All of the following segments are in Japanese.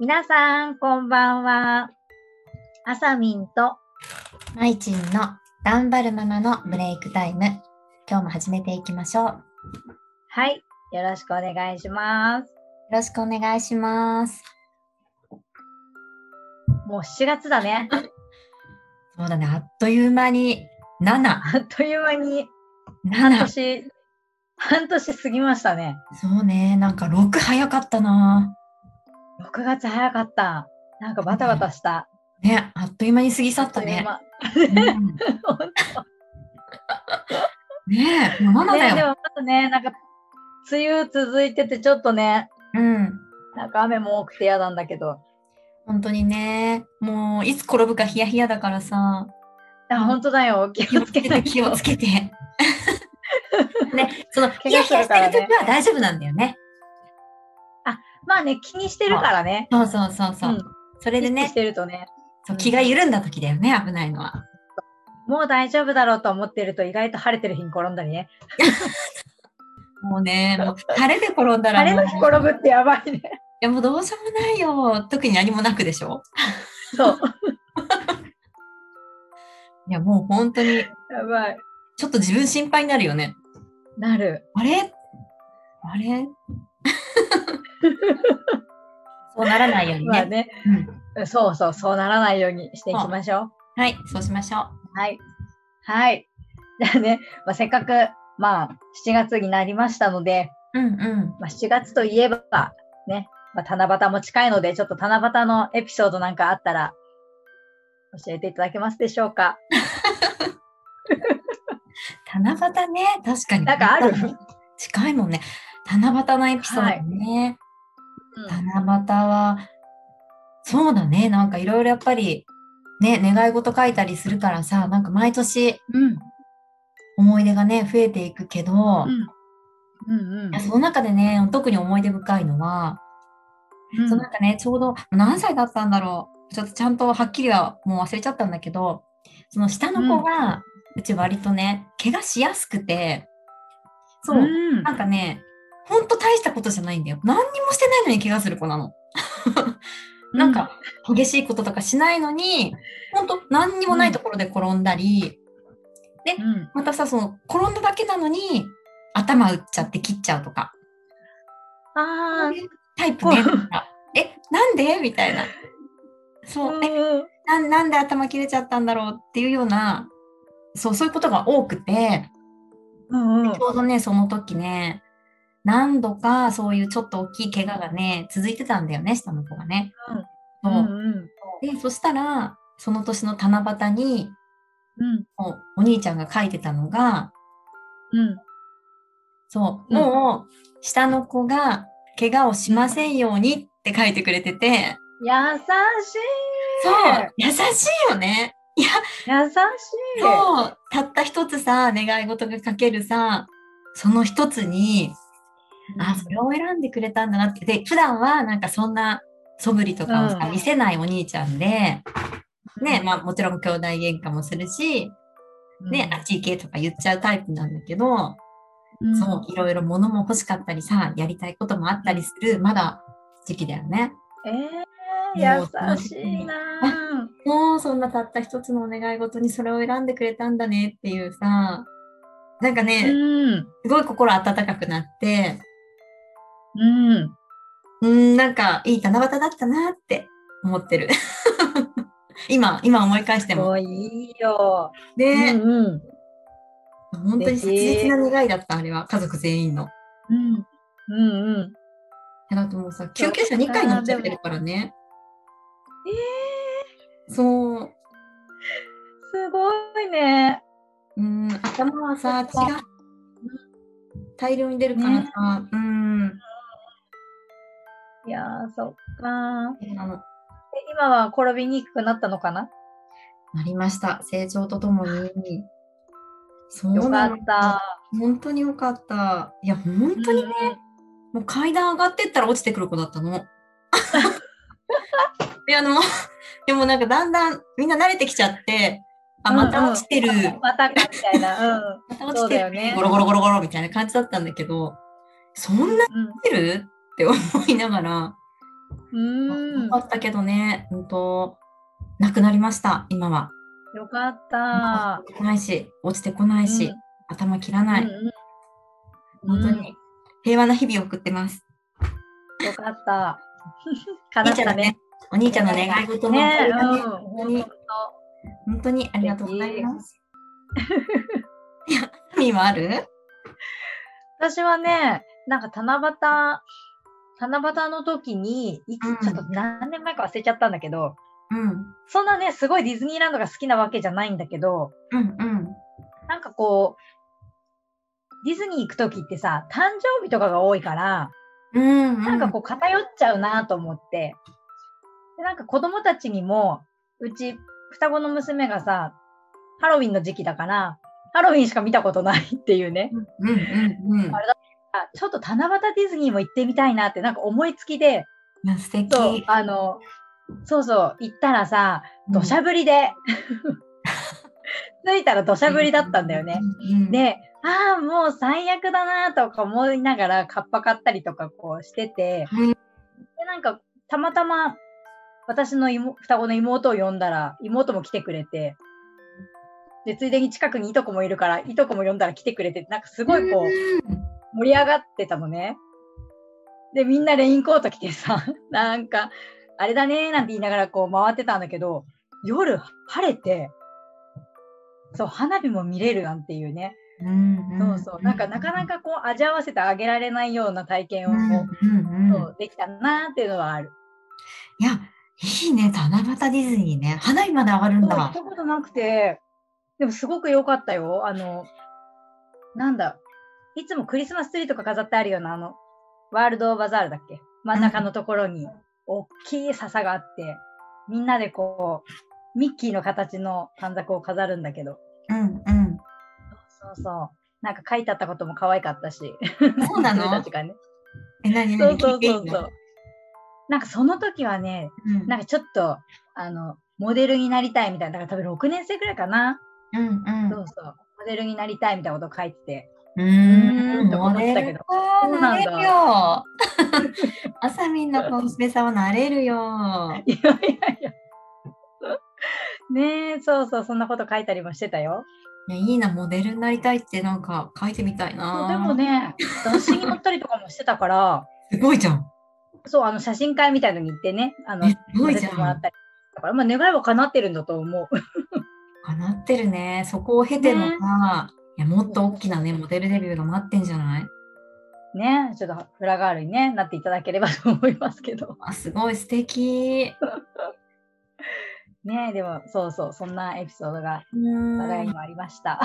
皆さん、こんばんは。あさみんと、まいちんの頑張るママのブレイクタイム。今日も始めていきましょう。よはい、よろしくお願いします。ろしくお願いします。もう7月だ ね。そうだね、あっという間に7、あっという間に、半7。年、半年過ぎましたね。そうね、なんか6早かったな。 6月早かった。なんかバタバタした。ね、あっという間に過ぎ去あったね。うんという間ねえ、もう7だね、でよ。もまだね、なんか、梅雨続いてて、ちょっとね、うん。なんか雨も多くて嫌なんだけど。本当にね、もういつ転ぶかヒヤヒヤだからさ、あ、うん本当だよ。気気ををつつけけなて、いと気をつけて。ね、その、ヒ怪我ヤすヒヤるしかてらねる時は大丈夫なんだよね。まあね、気にしてるからね。そうそうそうそう。うんそれで意識ねし、てるとね、そう気が緩んだ時だよね、危ないのは。もう大丈夫だろうと思ってると意外と晴れてる日に転んだりね。もうね、もう晴れで転んだら晴もれのう、日転ぶってやばいね。いやもうどうしようもないよ。特に何もなくでしょそう。いやもう本当に、やばい。ちょっと自分心配になるよね。なる。あれあ れそうならないようにまあね。ね、うんそうそう、そうならないようにしていきましょう。はい、そうしましょう。はい。はい。じゃあね、まあ、せっかく、まあ、7月になりましたので、うんうん。まあ、7月といえば、ね、まあ、七夕も近いので、ちょっと七夕のエピソードなんかあったら、教えていただけますでしょうか。七夕ね、確かに。なんかある 近いもんね。七夕のエピソードうね。ん七夕は、そうだね、なんかいろいろやっぱり、ね、願い事書いたりするからさ、なんか毎年、うん。思い出がね増えていくけど、いうんうんやその中でね特に思い出深いのは、うんそのなんかねちょうど何歳だったんだろうちょっとちゃんとはっきりはもう忘れちゃったんだけどその下の子が、うち割とね怪我しやすくてそう、うんなんかねほんと大したことじゃないんだよ何にもしてないのに怪我する子なの。なんか激しいこととかしないのにほんと何にもないところで転んだり、うん、またさその転んだだけなのに頭打っちゃって切っちゃうとかあータイプねうん。え、なんでみたいな。そう、えうんな、なんで頭切れちゃったんだろうっていうような、そう、そういうことが多くて、うんうんちょうどね、その時ね、何度かそういうちょっと大きい怪我がね、続いてたんだよね、下の子がね。うそうんで、そしたら、その年の七夕に、うんおお兄ちゃんが書いてたのが、うんそう、うんもう、下の子が怪我をしませんようにって書いてくれてて、優しいそう、優しいよね。優しいそう、たった一つさ、願い事が書けるさ、その一つに、あ、それを選んでくれたんだなって。で、普段はなんかそんな素振りとかをさ、うん見せないお兄ちゃんで、うんね、まあもちろん兄弟喧嘩もするし、ね、あっち行けとか言っちゃうタイプなんだけど、うんそう、いろいろ物も欲しかったりさ、やりたいこともあったりする、まだ時期だよね。えー優しいなぁもうそんなたった一つのお願い事にそれを選んでくれたんだねっていうさ、なんかね、うんすごい心温かくなって、うんうーん、なんかいい七夕だったなって思ってる。 今、今思い返してもも。ういいよで、うんうん本当に切実な願いだった、あれは、家族全員の。いうんうんうんやだってもうさ、救急車2回乗っちゃってるからね。えそう。ーすごいねうーん、頭はさ、血が大量に出るからさ、うん。いやーそっかあのえ今は転びにくくなったのかななりました。成長とともに。そうよかなっのた本当によかった。いや、本当にね、もう階段上がってったら落ちてくる子だった の。で、あの、 でもなんかだんだんみんな慣れてきちゃって、あ、うんうんまた落ちてる、またかみたいなうんまた落ちてそうだよる、ねゴロゴロゴロゴロみたいな感じだったんだけど、そんなう落んちてるって思いながら、うん。あったけどね、うんと、なくなりました、今は。よかった。ないし、落ちてこないし、うん頭切らない、うんうん本当に平和な日々を送ってます。うんよか った。お叶兄っちゃんたのね。ね、お兄ちゃんの願い事の、ねえ、うん。本当に、本当にありがとうござ います。いや、ミはある私はね、なんか七夕、七夕の時に、いつうんちょっと何年前か忘れちゃったんだけど、うん、そんなね、すごいディズニーランドが好きなわけじゃないんだけど、うん、うん。なんかこう、ディズニー行く時ってさ、誕生日とかが多いから、うん、うなんかこう偏っちゃうなと思って、でなんか子供たちにも、うち双子の娘がさ、ハロウィンの時期だから、ハロウィンしか見たことないっていうね、うん、うん、うん。あちょっと七夕ディズニーも行ってみたいなって、なんか思いつきで、いや素敵。そう、あの、そうそう、行ったらさ、土砂降りで、 着いたら土砂降りだったんだよね。うん。うん、で、ああ、もう最悪だなとか思いながら、カッパ買ったりとかこうしてて、うんで、なんか、たまたま、私の妹双子の妹を呼んだら、妹も来てくれて、で、ついでに近くにいとこもいるから、いとこも呼んだら来てくれて、なんかすごいこう、う盛り上がってたのね。で、みんなレインコート着てさ、 なんか、あれだねーなんて言いながらこう回ってたんだけど、夜晴れて、そう、花火も見れるなんていうね。ん、そうそう。なんかなかなかこう味合わせてあげられないような体験をこうんうんう、うんそうできたなーっていうのはある。いや、いいね、七夕ディズニーね。花火まで上がるんそう、だ。一言なくて、でもすごく良かったよ。あの、なんだ、いつもクリスマスツリーとか飾ってあるような、あの、ワールドバザールだっけ真ん中のところに、大きい笹があって、みんなでこう、ミッキーの形の短冊を飾るんだけど、うんうん。そうそう。なんか書いてあったことも可愛かったし。そうなの 自分たちがね。え、何そう何そ聞ういていいそのうそう。 なんかその時はね、うんなんかちょっと、あの、モデルになりたいみたいな、だから多分6年生くらいかな。うんうん。そうそう。モデルになりたいみたいなことを書いてて。 うーんと思なってたれけるどよ。そうななんれだるよ。あさみんのコンスペさんはなれ るよ。いやいやいや。ねえ、そうそう、そんなこと書いたりもしてたよ。いや、いいな、モデルになりたいってなんか書いてみたいそな。うでも。ね、雑誌に載ったりとかもしてたから、すごいじゃん。そう、あの、写真会みたいのに行ってね、あの、え、すご載いじせゃてもらっん。たり。だから、まあ、願いは叶ってるんだと思う。叶ってるね。そこを経てのねさ、いや、もっと大きなね、モデルデビューが待ってんじゃない ねえちょっとフラガールに、ね、なっていただければと思いますけど。あ、すごい素敵。ねえでも、そうそう、そんなエピソードが、うんお互いにもありました。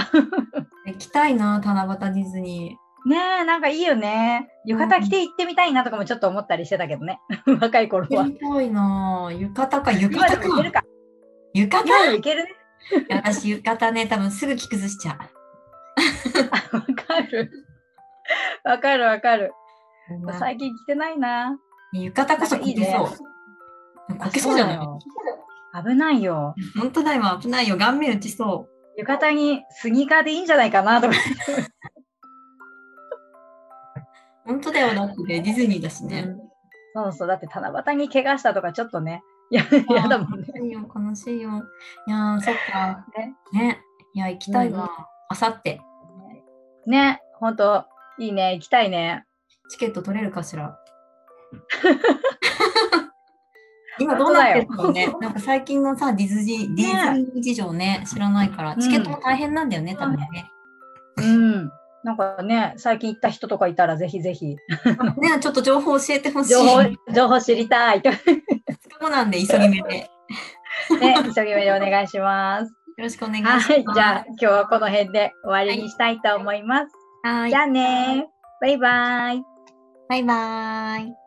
行きたいな、七夕ディズニねえ、なんかいいよね。浴衣着て行ってみたいなとかもちょっと思ったりしてたけどね。 若い頃ー。行はっ。てみたいな。浴衣か、浴今衣でもいける。かか。浴衣今でもいけるね。いや私、浴衣ね、多分すぐ着崩しちゃわか る。わかるわかる。う。最近着てないな。浴衣こそこけなんそかう。こけそうじゃないあそうなの危ないよ。本当だよ、今危ないよ。顔面打ちそ浴衣にスニーカーでいいんじゃないかなとか。う。本当だよ、だってね、ディズニーだしね。そうそう。だって七夕に怪我したとかちょっとね。いや、やだもんね。悲しいよ、悲しいよ。いやー、そっか。ねね。いや、行きたいわ。あさって。ね、ほんと、いいね。行きたいね。チケット取れるかし ら。今どうなってるのね。なんか最近のさ、ディズニー、ディズニー事情ね、知らないから、うんチケットも大変なんだよね、多分ね。うん。なんかね、最近行った人とかいたらぜひぜひ、ね、ちょっと情報教えてほしい。情 報、情報知りたいと か、 2日後なんで急ぎ目で。よね、急ぎ目でお願いします。ろしくお願いします。はい、じゃあ今日はこの辺で終わりにしたいと思います。はいじゃあねバイバイ。バイバーイ。